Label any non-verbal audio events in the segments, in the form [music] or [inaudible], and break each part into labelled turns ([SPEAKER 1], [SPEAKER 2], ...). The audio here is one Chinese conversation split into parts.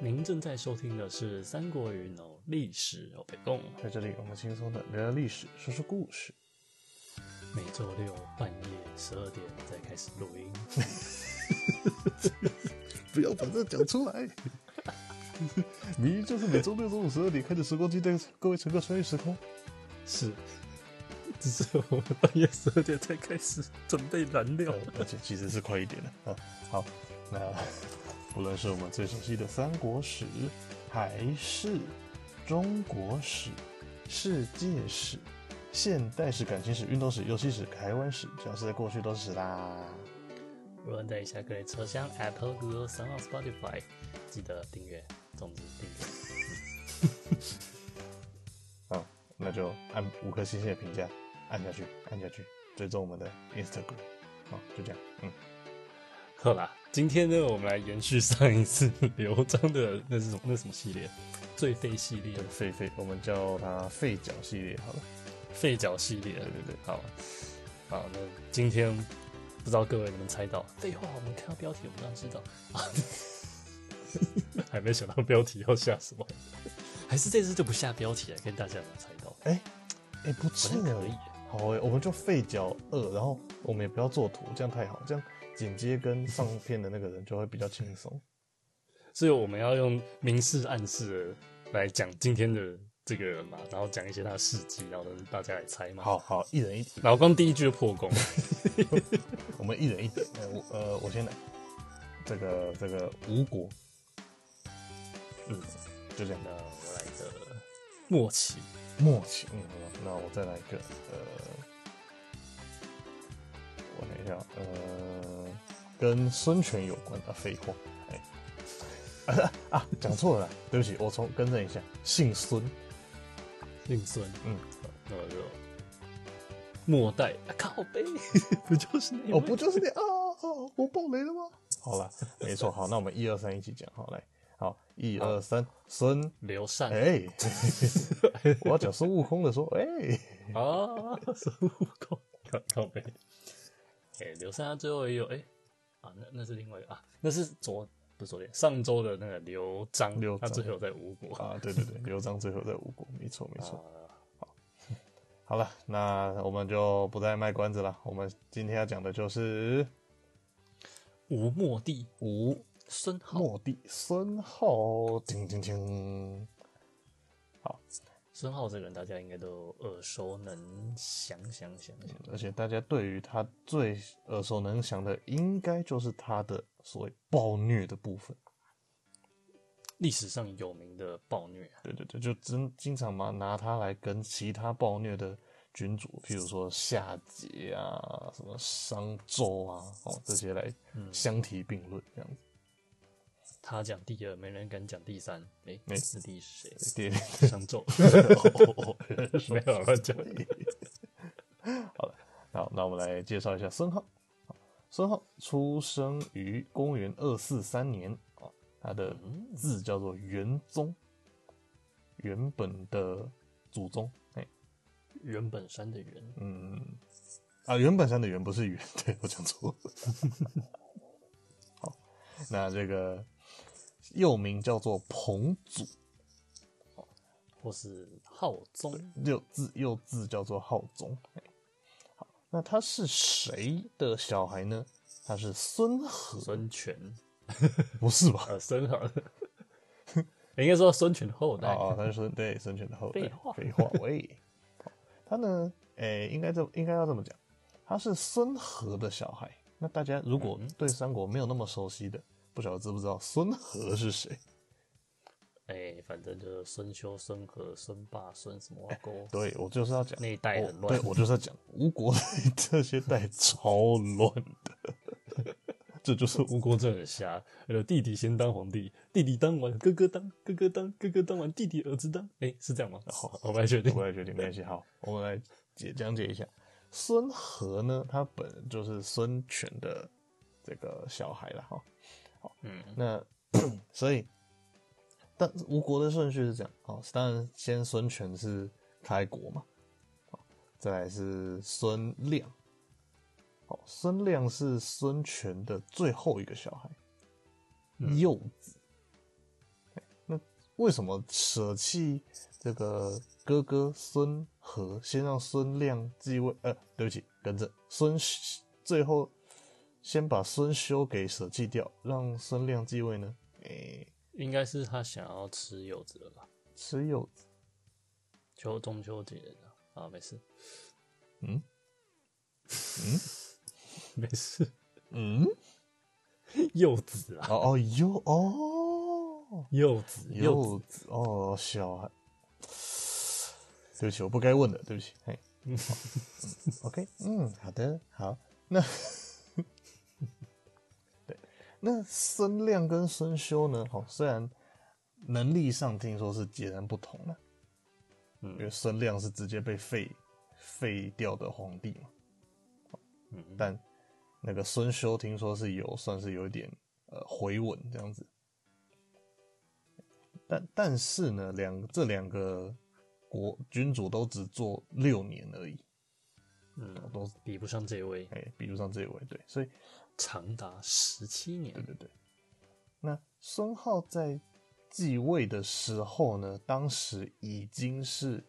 [SPEAKER 1] 您正在收听的是《三国云哦历史哦北贡》，
[SPEAKER 2] 在这里，我们轻松的聊聊历史，说说故事。
[SPEAKER 1] 每周六半夜十二点再开始录音。
[SPEAKER 2] 不要把这讲出 [laughs] 来，明明就是每周六中午十二点开着时光机带各位乘客穿越时空。
[SPEAKER 1] 是，只是我们半夜十二点才开始准备燃料。
[SPEAKER 2] 而且呃其实是快一点的啊。好，那无论是我们最熟悉的三国史，还是中国史、世界史、现代史、感情史、运动史、游戏史、台湾史，只要是在过去都是史啦。
[SPEAKER 1] 无论在下各类车厢、Apple、Google、s o u n Spotify，记得订阅。总之订阅。
[SPEAKER 2] 啊，那就按五颗星星的评价，按下去，按下去，追踪我们的 Instagram。好，就这样，嗯，
[SPEAKER 1] 好啦，今天呢，我们来延续上一次 [laughs] 刘璋的那是什么那是什么系列？最废系列、
[SPEAKER 2] 废废，我们叫它废脚系列好了。
[SPEAKER 1] 废脚系列。
[SPEAKER 2] 对对对，
[SPEAKER 1] 好，好，那今天不知道各位能不能猜到？废话，我们看到标题，我们当然知道。 [laughs] 还没想到标题要下什么，还是这次就不下标题了，跟大家能猜到，
[SPEAKER 2] 哎、哎、不错
[SPEAKER 1] 好像可以。
[SPEAKER 2] 好哎、我们就废脚二，然后我们也不要做图，这样太好，这样剪接跟上片的那个人就会比较轻松。
[SPEAKER 1] 所以我们要用明示暗示来讲今天的这个人嘛，然后讲一些他的事迹，然后让大家来猜嘛。，
[SPEAKER 2] 好好，一人一题，
[SPEAKER 1] 然后光第一句就破功，
[SPEAKER 2] 我们一人一题。呃，我呃，我先来，这个这个吴国，
[SPEAKER 1] 嗯，
[SPEAKER 2] 就这样
[SPEAKER 1] 那我来个默契，
[SPEAKER 2] 默契。嗯，好那我再来一个，呃，我想一下，呃，跟孙权有关的废话，哎、 [laughs] 啊啊，讲错了啦，对不起，我重更正一下，姓孙，
[SPEAKER 1] 令孙。
[SPEAKER 2] 嗯，
[SPEAKER 1] 那我就末代、啊、靠背， [laughs] 不就是那
[SPEAKER 2] 哦，
[SPEAKER 1] 位
[SPEAKER 2] 不就是你啊啊！我爆雷了吗？好了，没错，好，那我们一二三一起讲，好来，好，一二三，孙，
[SPEAKER 1] 刘禅、
[SPEAKER 2] 哎， [laughs] 我要讲孙悟空的说，哎，
[SPEAKER 1] 啊， [laughs] 孙悟空靠靠背。哎、刘禅他最后也有哎、啊，那那是另外一个啊，那是昨不是昨天上周的那个刘璋，
[SPEAKER 2] 刘
[SPEAKER 1] 他
[SPEAKER 2] 璋
[SPEAKER 1] 最后在吴国。
[SPEAKER 2] 啊，对对对，刘璋最后在吴国，没错没错。
[SPEAKER 1] 啊
[SPEAKER 2] 好了，那我们就不再卖关子了，我们今天要讲的就是
[SPEAKER 1] 吴末帝
[SPEAKER 2] 吴
[SPEAKER 1] 孙皓，
[SPEAKER 2] 末帝孙皓，叮叮叮，
[SPEAKER 1] 孙皓这个人大家应该都耳熟能详，详详详。
[SPEAKER 2] 而且大家对于他最耳熟能详的，应该就是他的所谓暴虐的部分。
[SPEAKER 1] 历史上有名的暴虐，
[SPEAKER 2] 对对对，就真经常嘛拿它来跟其他暴虐的君主，譬如说夏桀啊、什么商纣啊，哦这些来相提并论这样 [laughs] 子。
[SPEAKER 1] 他讲第二，没人敢讲第三。哎、
[SPEAKER 2] 没
[SPEAKER 1] 那第一是谁？
[SPEAKER 2] 对，
[SPEAKER 1] [laughs] 商纣。 [laughs] 没有乱讲。
[SPEAKER 2] 好了，好，那我们来介绍一下孙皓。孙皓出生于公元二四三年啊，他的字叫做元宗，原本的祖宗，哎、
[SPEAKER 1] 原本山的原，
[SPEAKER 2] 嗯，啊，原本山的原不是原， [laughs] 对我讲错了。好，那这个又名叫做彭祖，
[SPEAKER 1] 或是浩宗，
[SPEAKER 2] 又字又字叫做浩宗。嘿好，那他是谁的小孩呢？他是孙和，
[SPEAKER 1] 孙权，
[SPEAKER 2] 不是吧？
[SPEAKER 1] 呃，孙好了， [laughs] 应该说孙权的后代。
[SPEAKER 2] 哦哦，他是孙对孙权的后代。
[SPEAKER 1] 废话
[SPEAKER 2] 废话，喂，好他呢，诶、应该这应该要这么讲，他是孙和的小孩。那大家
[SPEAKER 1] 嗯
[SPEAKER 2] 如果对三国没有那么熟悉的，不晓得知不知道孙和是谁？
[SPEAKER 1] 哎、反正就是孙修、孙和、孙霸、孙什么勾，
[SPEAKER 2] 对我就是要讲
[SPEAKER 1] 那一代
[SPEAKER 2] 我
[SPEAKER 1] 很乱
[SPEAKER 2] 对我就是要讲
[SPEAKER 1] [laughs]
[SPEAKER 2] 吴国这些代超乱的，这就是
[SPEAKER 1] 吴国真的很瞎。呃，弟弟先当皇帝，弟弟当完哥哥当，哥哥当哥哥当完弟弟儿子当，哎、是这样吗？
[SPEAKER 2] 好
[SPEAKER 1] 我不太确 [laughs] 定。
[SPEAKER 2] 我也觉得没关系。好，我们来解讲解一下。孙和呢，他本人就是孙权的这个小孩了哈。好，
[SPEAKER 1] 嗯，
[SPEAKER 2] 那 [clears throat] 所以，但吴国的顺序是这样，好，当然先孙权是开国嘛，好，再来是孙亮，好，孙亮是孙权的最后一个小孩，幼子，为什么舍弃这个哥哥孙和，先让孙亮继位？呃，对不起，跟着孙修最后先把孙修给舍弃掉，让孙亮继位呢？诶、
[SPEAKER 1] 应该是他想要吃柚子了吧？
[SPEAKER 2] 吃柚子，
[SPEAKER 1] 秋中秋节的啊，没事嗯
[SPEAKER 2] 嗯
[SPEAKER 1] 没事，
[SPEAKER 2] 嗯，
[SPEAKER 1] 柚子啊，
[SPEAKER 2] 哦哦柚哦
[SPEAKER 1] 柚子柚子
[SPEAKER 2] 柚子哦小孩，对不起，我不该问的，对不起，
[SPEAKER 1] [laughs]
[SPEAKER 2] 嘿。OK，嗯，好的，好，那 [laughs] 对，那孙亮跟孙修呢？哦，虽然能力上听说是截然不同了，
[SPEAKER 1] 嗯
[SPEAKER 2] 因为孙亮是直接被废废掉的皇帝嘛，
[SPEAKER 1] 嗯
[SPEAKER 2] 但那个孙修听说是有算是有一点呃回稳这样子，但但是呢，两这两个国君主都只做六年而已，哦
[SPEAKER 1] 嗯，
[SPEAKER 2] 都
[SPEAKER 1] 比不上这位
[SPEAKER 2] 哎、比如上这一位对，所以
[SPEAKER 1] 长达十七
[SPEAKER 2] 对
[SPEAKER 1] 年，
[SPEAKER 2] 对对。那孙浩在继位的时候呢，当时已经是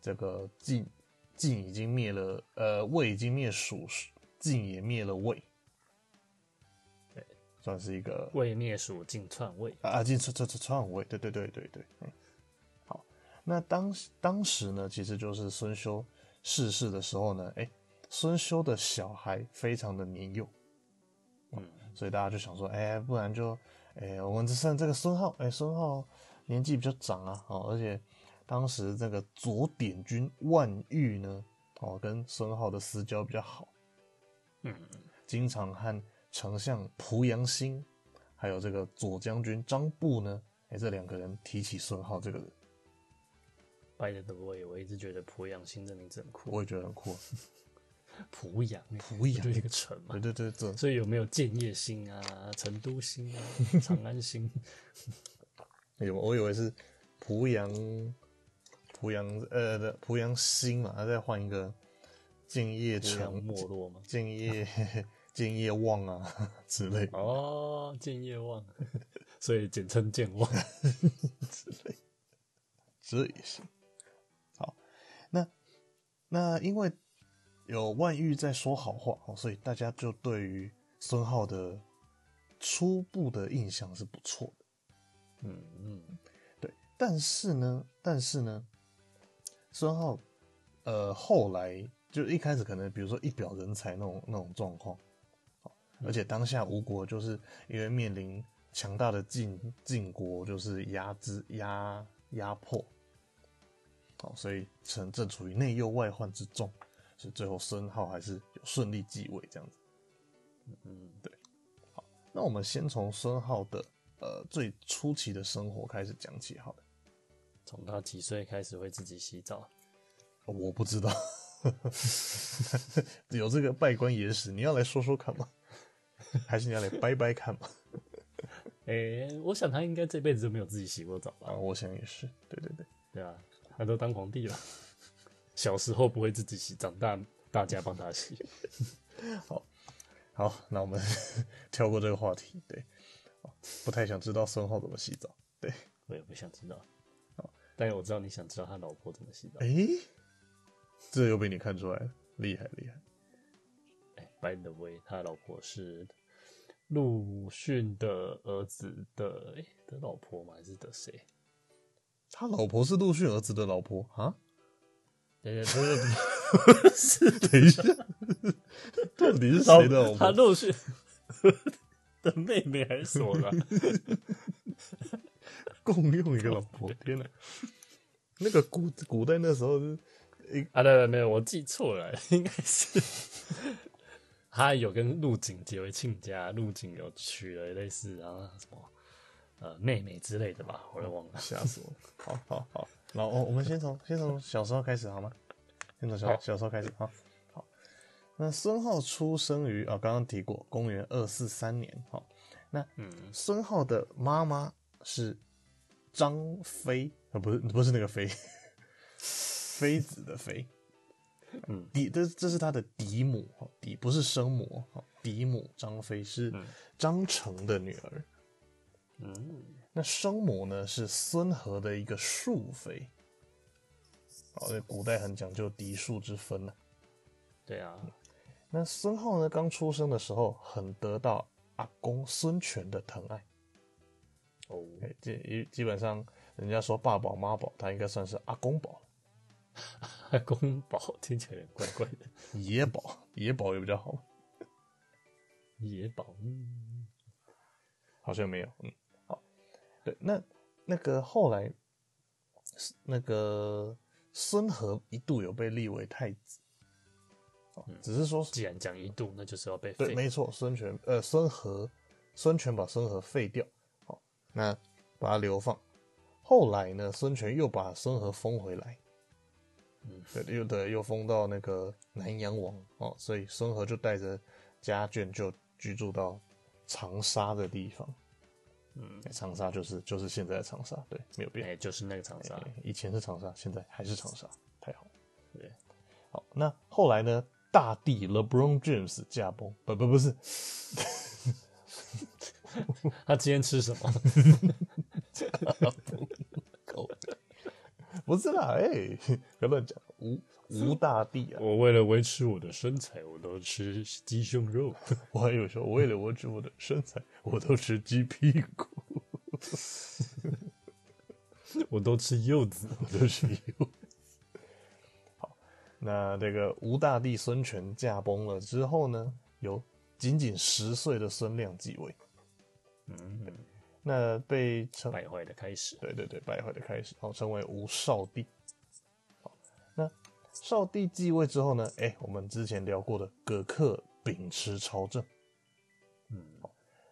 [SPEAKER 2] 这个晋晋已经灭了，呃，魏已经灭蜀，晋也灭了魏，
[SPEAKER 1] 对，
[SPEAKER 2] 算是一个
[SPEAKER 1] 魏灭蜀晋篡位，
[SPEAKER 2] 啊，进这这这篡位，对对对对对，嗯，好，那当时当时呢，其实就是孙修逝世的时候呢，哎、孙修的小孩非常的年幼，哦
[SPEAKER 1] 嗯，
[SPEAKER 2] 所以大家就想说，哎、不然就，哎、我们只剩这个孙浩，哎、孙浩年纪比较长啊，哦，而且当时这个左典军万玉呢，哦，跟孙浩的私交比较好，
[SPEAKER 1] 嗯，
[SPEAKER 2] 经常和丞相濮阳兴，还有这个左将军张布呢，哎、这两个人提起孙浩这个人，
[SPEAKER 1] 拜的我也我一直觉得濮阳新这名字很酷，
[SPEAKER 2] 我也觉得很酷啊。
[SPEAKER 1] 濮阳欸，
[SPEAKER 2] 濮阳
[SPEAKER 1] 不
[SPEAKER 2] 嗯
[SPEAKER 1] 就是一个城嘛
[SPEAKER 2] 啊对，对对，这
[SPEAKER 1] 所以有没有建业新啊、成都新啊、长安
[SPEAKER 2] [laughs]
[SPEAKER 1] 新？
[SPEAKER 2] 哎我我以为是濮阳，濮阳呃的濮阳兴嘛，他再换一个建业
[SPEAKER 1] 濮阳
[SPEAKER 2] 城、
[SPEAKER 1] 没落吗？
[SPEAKER 2] 建业 [laughs] 建业望啊 [laughs] 之类的。
[SPEAKER 1] 哦，建业望， [laughs] 所以简称健忘。 [laughs]
[SPEAKER 2] 这也行。好，那那因为有万玉在说好话，哦所以大家就对于孙浩的初步的印象是不错的。
[SPEAKER 1] 嗯嗯，
[SPEAKER 2] 对，但是呢，但是呢，孙浩呃后来就一开始可能比如说一表人才那种那种状况，好而且当下吴国就是因为面临强大的晋晋国就是压制压压迫，好，所以正正处于内忧外患之重，所以最后孙浩还是有顺利继位这样子。
[SPEAKER 1] 嗯，
[SPEAKER 2] 那我们先从孙浩的呃最初期的生活开始讲起好了，
[SPEAKER 1] 从他几岁开始会自己洗澡？
[SPEAKER 2] 我不知道。有这个拜官野史，你要来说说看吗？还是你要来掰掰看吗？
[SPEAKER 1] 诶、我想他应该这辈子都没有自己洗过澡吧
[SPEAKER 2] 啊，？我想也是，对对对，
[SPEAKER 1] 对啊，他都当皇帝了。 [laughs] 小时候不会自己洗，长大大家帮他洗。
[SPEAKER 2] 好，那我们 [laughs] 跳过这个话题，对，好不太想知道孙浩怎么洗澡，对，
[SPEAKER 1] 我也不想知道，但我知道你想知道他老婆怎么洗澡。
[SPEAKER 2] 诶、这又被你看出来了，厉害厉害，
[SPEAKER 1] 哎，by the way，他老婆是陆逊的儿子的哎的老婆吗？还是的谁？
[SPEAKER 2] 他老婆是陆逊儿子的老婆啊？ [laughs]
[SPEAKER 1] 对对对对，
[SPEAKER 2] 是，等一下，到底是谁的老
[SPEAKER 1] 他
[SPEAKER 2] 婆？
[SPEAKER 1] 陆逊 [laughs] 的妹妹还是什么啦？
[SPEAKER 2] 共用一个老婆，天哪！那个古古代那时候是
[SPEAKER 1] 啊，对对，没有，我记错了，应该是他有跟陆景结为亲家，陆景有娶了类似然后什么呃妹妹之类的吧，我都忘了。
[SPEAKER 2] 吓死我了！好好好，然后我们先从先从小时候开始好吗？先从小
[SPEAKER 1] 好
[SPEAKER 2] 小时候开始好，好，那孙浩出生于啊，刚刚提过，公元二四三年。好，那
[SPEAKER 1] 嗯
[SPEAKER 2] 孙浩的妈妈是张飞，呃，不是不是那个飞， [laughs] 妃子的妃。
[SPEAKER 1] 嗯，
[SPEAKER 2] 嫡这这是他的嫡母，哦嫡不是生母，哦嫡母张飞是张成的女儿。
[SPEAKER 1] 嗯，
[SPEAKER 2] 那生母呢是孙和的一个庶妃。哦，因为古代很讲究嫡庶之分呢、
[SPEAKER 1] 对啊，
[SPEAKER 2] 那孙浩呢，刚出生的时候很得到阿公孙权的疼爱，
[SPEAKER 1] 哦，
[SPEAKER 2] 哎基基本上人家说爸宝妈宝，他应该算是阿公宝、
[SPEAKER 1] 宫保听起来有点怪怪的，
[SPEAKER 2] 爷宝、爷宝也比较好，
[SPEAKER 1] 野保，嗯
[SPEAKER 2] 好像没有，嗯，好，对，那那个后来那个孙和一度有被立为太子，哦只是说
[SPEAKER 1] 既然讲一度，那就是要被
[SPEAKER 2] 对，
[SPEAKER 1] 废
[SPEAKER 2] 没错，孙权呃孙和，孙权把孙和废掉，好，那把他流放。后来呢，孙权又把孙和封回来，
[SPEAKER 1] 嗯
[SPEAKER 2] 对，又对，又封到那个南阳王哦，所以孙和就带着家眷就居住到长沙的地方。
[SPEAKER 1] 嗯，
[SPEAKER 2] 长沙就是就是现在的长沙，对，没有变。
[SPEAKER 1] 哎，就是那个长沙，
[SPEAKER 2] 欸以前是长沙，现在还是长沙，太好了。
[SPEAKER 1] 对，
[SPEAKER 2] 好，那后来呢？大帝 LeBron James 驾崩，不不不是， [laughs]
[SPEAKER 1] 他今天吃什么？
[SPEAKER 2] 不是啦，哎、 [laughs] 不要乱讲，吴吴大帝啊，
[SPEAKER 1] [laughs] 我为了维持我的身材，我都吃鸡胸肉。 [laughs]
[SPEAKER 2] 我还有时候为了维持我的身材，我都吃鸡屁股， [laughs]
[SPEAKER 1] 我都吃柚子，
[SPEAKER 2] 我都吃油。好，那这个吴大帝孙权驾崩了之后呢，由仅仅十岁的孙亮继位，
[SPEAKER 1] 嗯，
[SPEAKER 2] 那被称
[SPEAKER 1] 败坏的开始。
[SPEAKER 2] 对对对，败坏的开始，然后成为吴少帝。好，那少帝继位之后呢？哎、我们之前聊过的葛恪秉持朝政，
[SPEAKER 1] 嗯，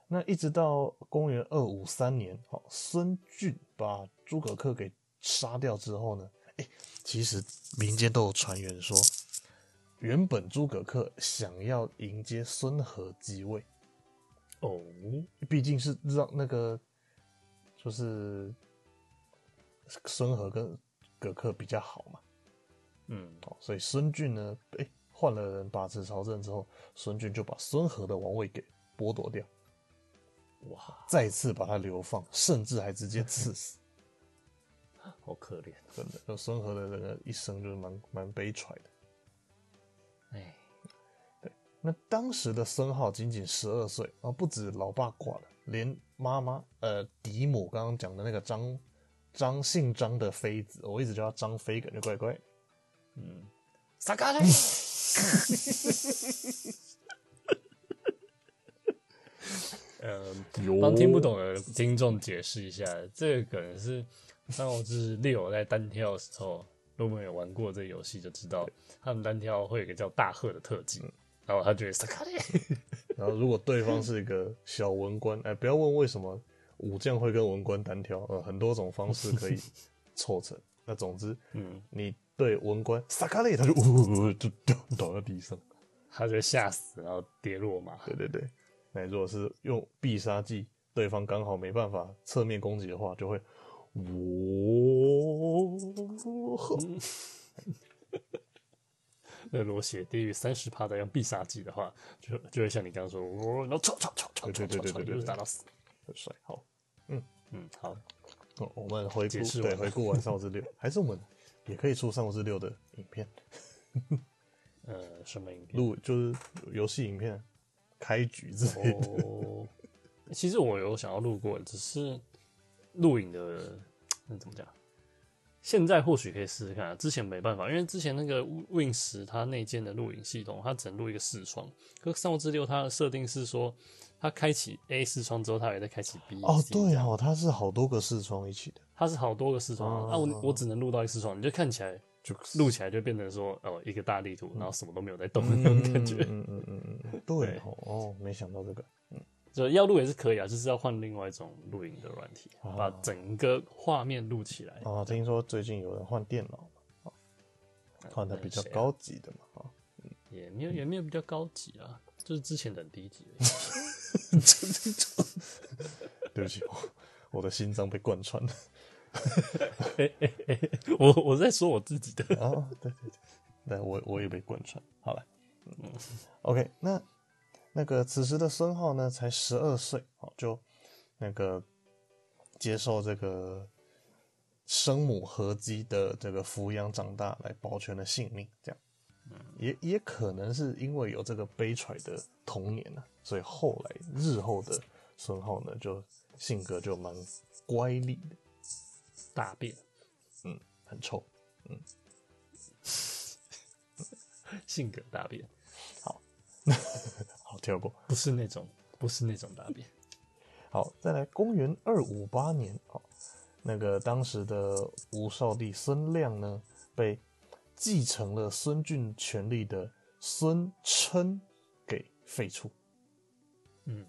[SPEAKER 2] 那一直到公元二五三年，好，孙俊把诸葛恪给杀掉之后呢？哎、其实民间都有传言说，原本诸葛恪想要迎接孙和继位，
[SPEAKER 1] 哦，
[SPEAKER 2] 毕竟是让那个就是孙和跟葛恪比较好嘛，
[SPEAKER 1] 嗯，
[SPEAKER 2] 哦，所以孙俊呢，哎、换了人把持朝政之后，孙俊就把孙和的王位给剥夺掉，
[SPEAKER 1] 哇，
[SPEAKER 2] 再次把他流放，甚至还直接赐死。
[SPEAKER 1] 好可怜。
[SPEAKER 2] 真的，那孙和的整个一生就是蛮蛮悲怆的。
[SPEAKER 1] 哎，
[SPEAKER 2] 那当时的孙浩仅仅十二岁，啊，不止老爸挂了，连妈妈呃嫡母刚刚讲的那个张张姓张的妃子，我一直叫她张妃，感觉怪怪。
[SPEAKER 1] 嗯，撒开 [laughs] 来。嗯，帮听不懂的听众解释一下，这个梗是当我是六在单挑的时候，如果有玩过这个游戏就知道，他们单挑会有一个叫大贺的特技，然后他就会撒开来。
[SPEAKER 2] 然后如果对方是一个小文官，哎，不要问为什么武将会跟文官单挑，呃，很多种方式可以凑成。那总之，
[SPEAKER 1] 嗯，
[SPEAKER 2] 你对文官撒卡勒，他就呜呜呜就掉倒在地上。
[SPEAKER 1] [laughs] 他就吓死，然后跌落嘛。
[SPEAKER 2] 对对对，那如果是用必杀技，对方刚好没办法侧面攻击的话，就会我
[SPEAKER 1] 那如果写地狱三十趴的用必杀技的话，就就会像你刚刚说，我然后戳戳戳戳戳戳戳，就是打到死。
[SPEAKER 2] 很帅。好，
[SPEAKER 1] 嗯，好，
[SPEAKER 2] 哦我们回
[SPEAKER 1] 解释
[SPEAKER 2] 顾
[SPEAKER 1] 完
[SPEAKER 2] 对回顾完《三国志六》， [laughs] 还是我们也可以出《三国志六》的影片。
[SPEAKER 1] 呃，什么影片？
[SPEAKER 2] 录就是游戏影片开局之类的。
[SPEAKER 1] 哦， [laughs] 其实我有想要录过，只是录影的那怎么讲？现在或许可以试试看、啊，之前没办法，因为之前那个 Win 十它内建的录影系统，它只能录一个视窗。可是上国之六它的设定是说，它开启 A 视窗之后，它也在开启 B
[SPEAKER 2] 哦，
[SPEAKER 1] C
[SPEAKER 2] 对哦，它是好多个视窗一起的，
[SPEAKER 1] 它是好多个视窗啊，啊我我只能录到一个视窗，你就看起来就录起来就变成说哦一个大地图，然后什么都没有在
[SPEAKER 2] [laughs]
[SPEAKER 1] 动 [laughs] 的那种感觉。
[SPEAKER 2] 嗯嗯嗯嗯嗯，对哦，哦，没想到这个，
[SPEAKER 1] 就要录也是可以啊，就是要换另外一种录影的软体，把整个画面录起来。
[SPEAKER 2] 哦，听说最近有人换电脑嘛，哦换的比较
[SPEAKER 1] 那谁啊
[SPEAKER 2] 高级的嘛，啊，
[SPEAKER 1] 也没有也没有比较高级啊，就是之前的很低级而已。
[SPEAKER 2] [laughs] 对不起，我我 [laughs] 的心脏被贯穿了
[SPEAKER 1] 我我在说我自己的，
[SPEAKER 2] 啊，对对对，那我我也被贯穿，好了，嗯，OK，那那个此时的孙浩呢，才十二岁，哦，就那个接受这个生母合姬的这个抚养长大，来保全了性命，这样。也也可能是因为有这个悲怆的童年呢、所以后来日后的孙浩呢，就性格就蛮乖戾的，
[SPEAKER 1] [laughs] 大便，
[SPEAKER 2] 嗯，很臭。
[SPEAKER 1] 性格大便，
[SPEAKER 2] 好，跳过。
[SPEAKER 1] 不是那种，不是那种大便。
[SPEAKER 2] 好，再来公元二五八年哦，那个当时的吴少帝孙亮呢，被继承了孙俊权力的孙琛给废黜。
[SPEAKER 1] 嗯，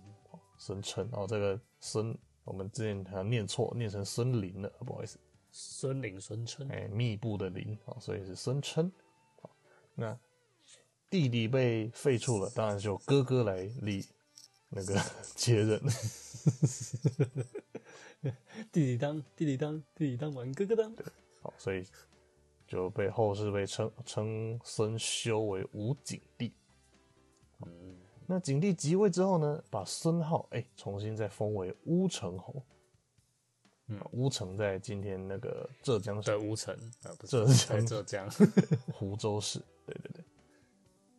[SPEAKER 2] 孙琛哦，这个孙我们之前好像念错，念成孙林了，不好意思。
[SPEAKER 1] 孙林、孙琛，
[SPEAKER 2] 哎、密布的林啊、哦，所以是孙琛。好，那弟弟被废黜了，当然就哥哥来立那个接任。
[SPEAKER 1] 弟弟当，弟弟当，弟弟当完哥哥当。
[SPEAKER 2] 好，所以就被后世被称称孙修为吴景帝。
[SPEAKER 1] 嗯，
[SPEAKER 2] 那景帝即位之后呢，把孙浩哎、重新再封为乌程侯。啊
[SPEAKER 1] 嗯
[SPEAKER 2] 乌程在今天那个浙江省
[SPEAKER 1] 在乌城啊，不
[SPEAKER 2] 浙
[SPEAKER 1] 是
[SPEAKER 2] 江
[SPEAKER 1] 在浙江。
[SPEAKER 2] 湖州市，对对对。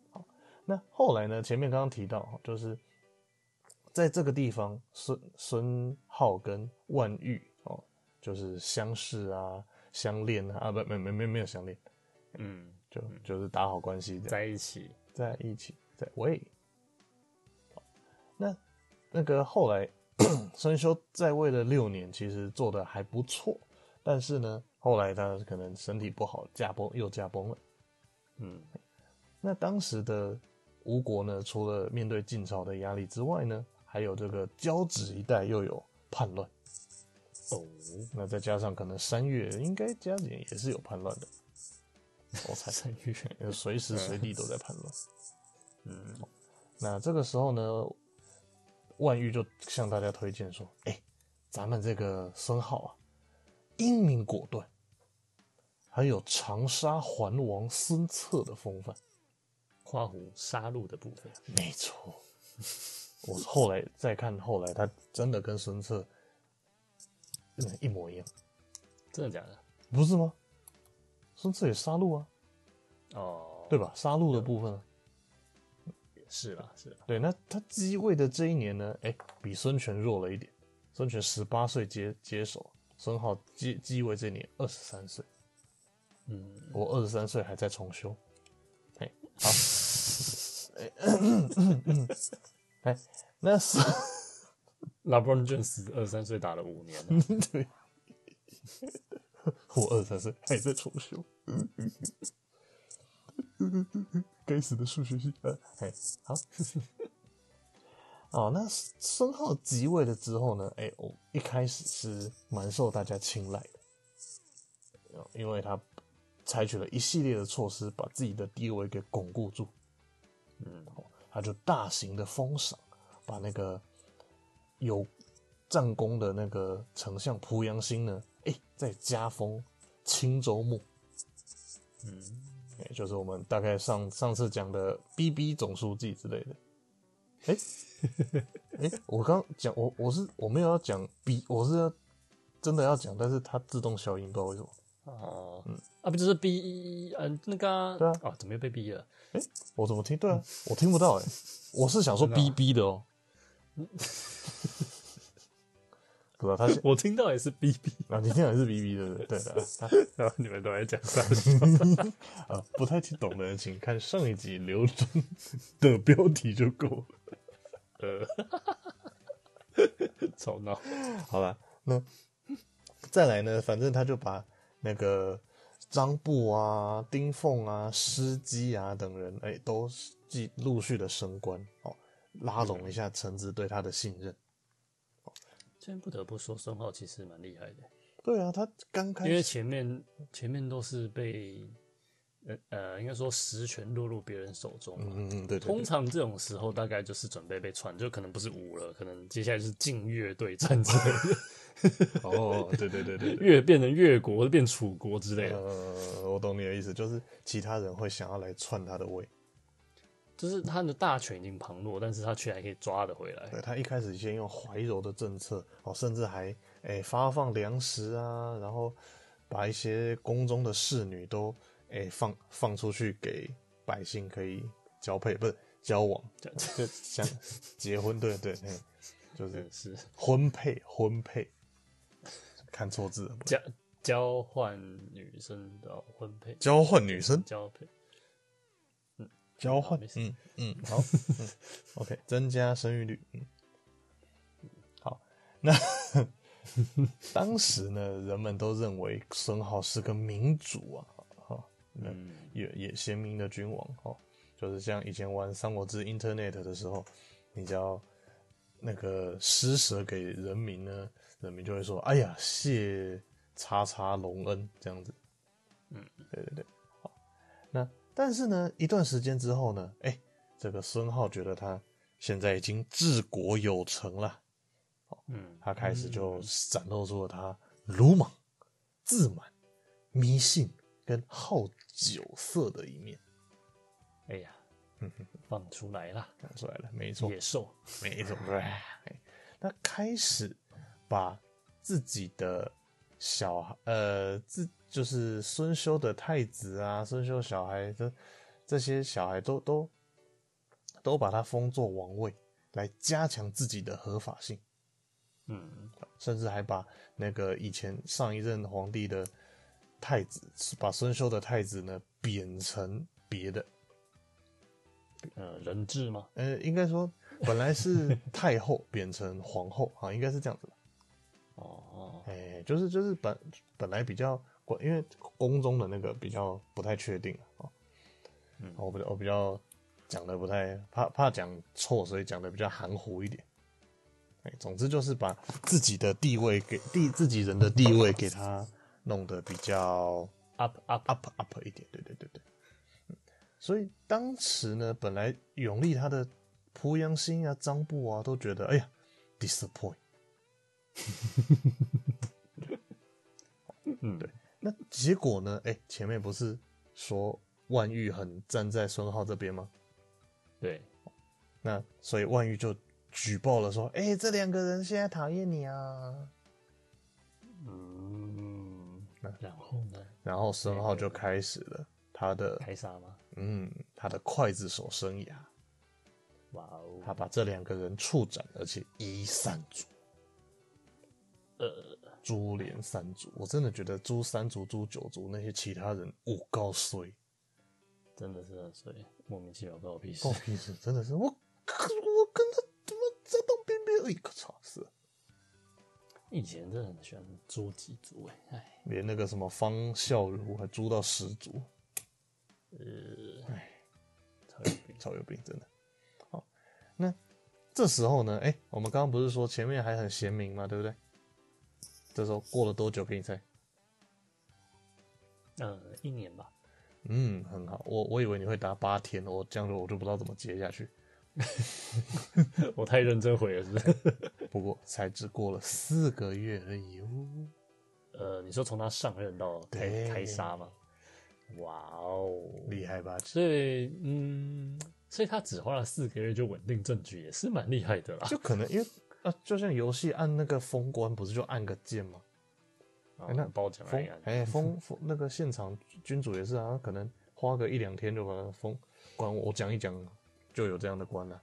[SPEAKER 2] 好，那后来呢？前面刚刚提到，就是在这个地方，孙孙浩跟万玉哦，就是相识啊、相恋啊，啊不，没没没没有相恋，
[SPEAKER 1] 嗯，
[SPEAKER 2] 就就是打好关系这样。
[SPEAKER 1] 在一起。
[SPEAKER 2] 在一起，在喂。好那那个后来孙修在位的六年，其实做的还不错，但是呢，后来他可能身体不好，驾崩又驾崩了。
[SPEAKER 1] 嗯
[SPEAKER 2] 那当时的吴国呢，除了面对晋朝的压力之外呢，还有这个交趾一带又有叛乱，
[SPEAKER 1] 哦，
[SPEAKER 2] 那再加上可能三月应该加减也是有叛乱的，我猜。
[SPEAKER 1] 三月。
[SPEAKER 2] 呃随时随地都在叛乱。
[SPEAKER 1] 嗯，
[SPEAKER 2] 那这个时候呢，万玉就向大家推荐说：“哎、咱们这个孙浩啊，英明果断，还有长沙环王孙策的风范。
[SPEAKER 1] 花湖杀戮的部分。”
[SPEAKER 2] 没错，我后来再看，后来他真的跟孙策嗯一模一样，
[SPEAKER 1] 真的假的？
[SPEAKER 2] 不是吗？孙策也杀戮啊，
[SPEAKER 1] 哦，
[SPEAKER 2] 对吧？杀戮的部分啊，
[SPEAKER 1] 是啦，是啦，
[SPEAKER 2] 对，那他继位的这一年呢，哎、比孙权弱了一点。孙权十八岁接接手，孙浩继继位这一年二十三岁，
[SPEAKER 1] 嗯，
[SPEAKER 2] 我二十三岁还在重修。哎、
[SPEAKER 1] [laughs]
[SPEAKER 2] [coughs] 嗯好，哎、那孙
[SPEAKER 1] ，LeBron James 二三岁打了五年了，
[SPEAKER 2] 对， [laughs] 我二十三岁还在重修， [laughs] 该死的数学系。呃，哎，好，哦，那孙浩即位了之后呢？哎、我一开始是蛮受大家青睐的，呃因为他采取了一系列的措施，把自己的地位给巩固住。哦
[SPEAKER 1] 嗯，
[SPEAKER 2] 他就大型的封赏，把那个有战功的那个丞相濮阳兴呢，哎、再加封青州牧，
[SPEAKER 1] 嗯，
[SPEAKER 2] 哎、就是我们大概上上次讲的 BB 总书记之类的。哎、哎、我刚讲我我是我没有要讲 B，我是要真的要讲，但是它自动消音，不知道为什么。
[SPEAKER 1] 哦，啊，不就是 B，嗯，那个啊，
[SPEAKER 2] 嗯对啊
[SPEAKER 1] 哦，怎么又被逼了？
[SPEAKER 2] 哎、我怎么听？对啊，我听不到哎、我是想说 BB 的哦、不知啊道他现
[SPEAKER 1] 我听到也是 B B，
[SPEAKER 2] 啊，你听的是 B B 对不对？对的，啊
[SPEAKER 1] 然后你们都在讲啥？
[SPEAKER 2] 啊，不太听懂的人，请看上一集刘真 [laughs] 的标题就够了。
[SPEAKER 1] [laughs] 吵闹，
[SPEAKER 2] 好吧，那再来呢？反正他就把那个张布啊、丁奉啊、施基啊等人，哎、都继陆续的升官哦，拉拢一下臣子对他的信任。
[SPEAKER 1] 真不得不说，孙浩其实蛮厉害的，
[SPEAKER 2] 对啊，他刚开
[SPEAKER 1] 因为
[SPEAKER 2] 始
[SPEAKER 1] 前面前面都是被，呃呃，应该说实权落入别人手中嘛，
[SPEAKER 2] 嗯嗯嗯，对对
[SPEAKER 1] 通
[SPEAKER 2] 对，
[SPEAKER 1] 常这种时候大概就是准备被传，就可能不是五了，可能接下来就是晋越对战之类的，
[SPEAKER 2] 哦，对对对 [laughs] 对对。
[SPEAKER 1] 越变成越国变楚国之类的，
[SPEAKER 2] 呃，我懂你的意思，就是其他人会想要来篡他的位，
[SPEAKER 1] 就是他的大权已经旁落，但是他却还可以抓得回来
[SPEAKER 2] 对。他一开始先用怀柔的政策，哦，甚至还哎、发放粮食啊，然后把一些宫中的侍女都哎、放放出去给百姓可以交配，不是交往，就 [laughs] 想结婚，对对对，就是
[SPEAKER 1] 是
[SPEAKER 2] 婚配婚配，看错字了，
[SPEAKER 1] 交交换女生的婚配， [laughs]
[SPEAKER 2] 交换女生，
[SPEAKER 1] 交配
[SPEAKER 2] 交换
[SPEAKER 1] 没，事
[SPEAKER 2] 嗯
[SPEAKER 1] [laughs]
[SPEAKER 2] 嗯，好，嗯，OK，增加生育率，嗯，好，
[SPEAKER 1] [laughs]
[SPEAKER 2] 那当时呢，人们都认为孙浩是个民主啊，哈，那也也贤明的君王哦，就是像以前玩《三国志》Internet 的时候，你只要那个施舍给人民呢，人民就会说，哎呀，谢叉叉隆恩这样子，嗯，对对对。那但是呢，一段时间之后呢，哎、这个孙浩觉得他现在已经治国有成了，
[SPEAKER 1] 嗯，
[SPEAKER 2] 他开始就展露出了他鲁莽、自满、迷信跟好酒色的一面
[SPEAKER 1] 哎呀，
[SPEAKER 2] 嗯
[SPEAKER 1] 放出来啦，
[SPEAKER 2] 看出来了，没错，
[SPEAKER 1] 野兽，
[SPEAKER 2] 没错，对。那开始把自己的小孩，呃，自就是孙修的太子啊，孙修小孩的这些小孩都都都把他封作王位，来加强自己的合法性，
[SPEAKER 1] 嗯，
[SPEAKER 2] 甚至还把那个以前上一任皇帝的太子，把孙修的太子呢贬成别的，
[SPEAKER 1] 呃，人质吗？
[SPEAKER 2] 呃，应该说本来是太后贬成皇后啊，应该是这样子吧。
[SPEAKER 1] 哦哦，
[SPEAKER 2] 哎、就是就是本本来比较，因为宫中的那个比较不太确定哦。嗯，我比较我比较讲的不太怕怕讲错，所以讲的比较含糊一点。哎、总之就是把自己的地位给地自己人的地位给他啊弄得比较
[SPEAKER 1] up up，
[SPEAKER 2] up up 一点，对对对对。嗯所以当时呢，本来永历他的濮阳兴啊、张布啊都觉得，哎呀，disappoint。
[SPEAKER 1] 嗯，对，
[SPEAKER 2] 那结果呢？哎、前面不是说万玉很站在孙浩这边吗？
[SPEAKER 1] 对，
[SPEAKER 2] 那所以万玉就举报了，说：“哎、这两个人现在讨厌你啊。
[SPEAKER 1] 嗯，
[SPEAKER 2] 啊
[SPEAKER 1] 然后呢？”
[SPEAKER 2] 然后孙浩就开始了他的
[SPEAKER 1] 开杀吗？
[SPEAKER 2] 嗯他的刽子手生涯，
[SPEAKER 1] 哇哦，
[SPEAKER 2] 他把这两个人处斩，而且一三族，呃，株连三族，我真的觉得诛三族、诛九族那些其他人五高衰，
[SPEAKER 1] 真的是很衰，莫名其妙关我屁事
[SPEAKER 2] 关。我屁事，真的是我，我跟他怎么在当边边？哎，可操是。
[SPEAKER 1] 以前真的很喜欢诛几族哎，哎，
[SPEAKER 2] 连那个什么方孝孺还租到十足，
[SPEAKER 1] 超有病。
[SPEAKER 2] 超有病，真的。好，那这时候呢？哎、我们刚刚不是说前面还很贤明嘛，对不对？这时候过了多久？给你猜。
[SPEAKER 1] 呃，一年吧，
[SPEAKER 2] 嗯，很好。我我以为你会答八天，我这样子我就不知道怎么接下去。
[SPEAKER 1] [laughs] 我太认真回了，是不是？ [laughs]
[SPEAKER 2] 不过才只过了四个月而已哦。
[SPEAKER 1] 呃，你说从他上任到开
[SPEAKER 2] 对
[SPEAKER 1] 开杀吗？哇哦，
[SPEAKER 2] 厉害吧？
[SPEAKER 1] 所以嗯，所以他只花了四个月就稳定政局，也是蛮厉害的啦。
[SPEAKER 2] 就可能 [laughs] 因为啊，就像游戏按那个封关，不是就按个键吗？
[SPEAKER 1] 啊
[SPEAKER 2] 哎那
[SPEAKER 1] 包奖来
[SPEAKER 2] 封
[SPEAKER 1] 呀，
[SPEAKER 2] 哎、封封那个现场君主也是啊，可能花个一两天就把它封关。我讲一讲就有这样的关了、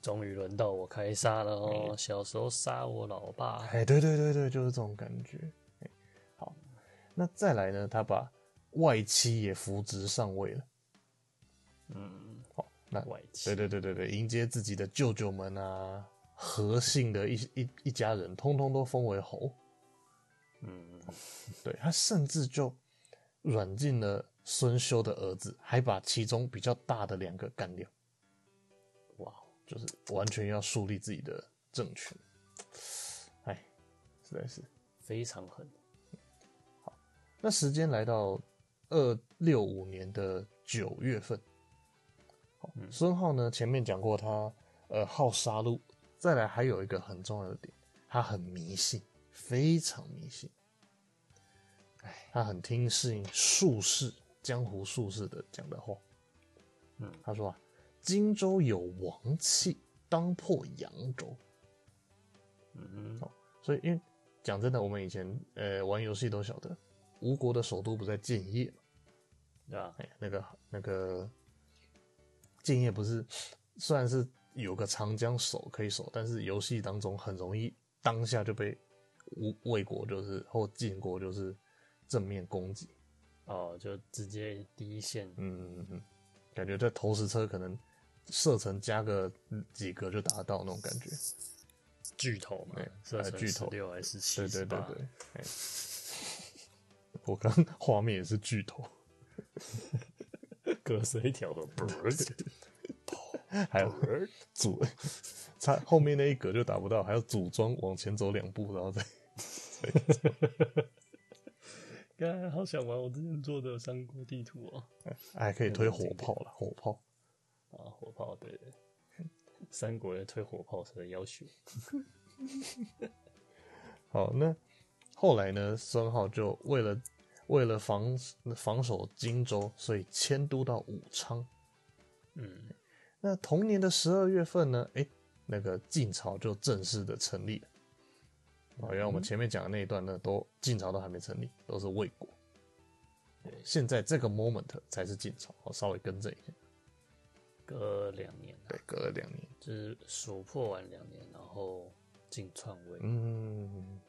[SPEAKER 1] 终于轮到我开杀了哦！小时候杀我老爸，
[SPEAKER 2] 哎、对对对对，就是这种感觉。哎好，那再来呢？他把外戚也扶植上位了。
[SPEAKER 1] 嗯，
[SPEAKER 2] 好，那
[SPEAKER 1] 外戚
[SPEAKER 2] 对对对对对，迎接自己的舅舅们啊，和姓的一一一家人，通通都封为侯。
[SPEAKER 1] 嗯，
[SPEAKER 2] 对他甚至就软禁了孙修的儿子，还把其中比较大的两个干掉。
[SPEAKER 1] 哇，哦
[SPEAKER 2] 就是完全要树立自己的政权。哎，实在是。
[SPEAKER 1] 非常狠，
[SPEAKER 2] 那时间来到二六五年的九月份，好孙浩呢前面讲过他呃好杀戮，再来还有一个很重要的点，他很迷信，非常迷信。哎，他很听适应术士江湖术士的讲的话。
[SPEAKER 1] 嗯，
[SPEAKER 2] 他说啊，荆州有王气，当破扬州。
[SPEAKER 1] 嗯，
[SPEAKER 2] 所以，因为讲真的，我们以前呃玩游戏都晓得，吴国的首都不在建业嘛，
[SPEAKER 1] 对吧？
[SPEAKER 2] 哎，那个那个建业不是， [sniffs] 虽然是有个长江守可以守，但是游戏当中很容易当下就被吴魏国就是或晋国就是正面攻击，
[SPEAKER 1] 哦，就直接第一线，
[SPEAKER 2] 嗯嗯嗯，感觉这投石车可能射程加个几个就达到那种感觉，
[SPEAKER 1] 巨头嘛
[SPEAKER 2] 对，
[SPEAKER 1] 射
[SPEAKER 2] 呃
[SPEAKER 1] 程
[SPEAKER 2] 巨
[SPEAKER 1] 十
[SPEAKER 2] 头
[SPEAKER 1] 六还是七？
[SPEAKER 2] 对对对
[SPEAKER 1] 18
[SPEAKER 2] 对，哎 [laughs] 我刚画面也是巨头，
[SPEAKER 1] 隔水一
[SPEAKER 2] [laughs]
[SPEAKER 1] 条河，不是
[SPEAKER 2] 还有组，他后面那一格就打不到，还要组装往前走两步，然后再
[SPEAKER 1] 刚好想玩我之前做的三国地图哦，
[SPEAKER 2] 还哎可以推火炮了，火炮。
[SPEAKER 1] 啊，火炮对对，三国人推火炮的要求，
[SPEAKER 2] 好，那后来呢，孙浩就为了为了防防守荆州，所以迁都到武昌。
[SPEAKER 1] 嗯，
[SPEAKER 2] 那同年的十二月份呢，哎、那个晋朝就正式的成立了。哦，因为我们前面讲的那一段呢，都晋朝都还没成立，都是魏国。现在这个 moment 才是晋朝，哦我稍微更正一下，
[SPEAKER 1] 隔两年啊，
[SPEAKER 2] 对，隔了两年。
[SPEAKER 1] 就是蜀破完两年，然后进篡位，
[SPEAKER 2] 嗯，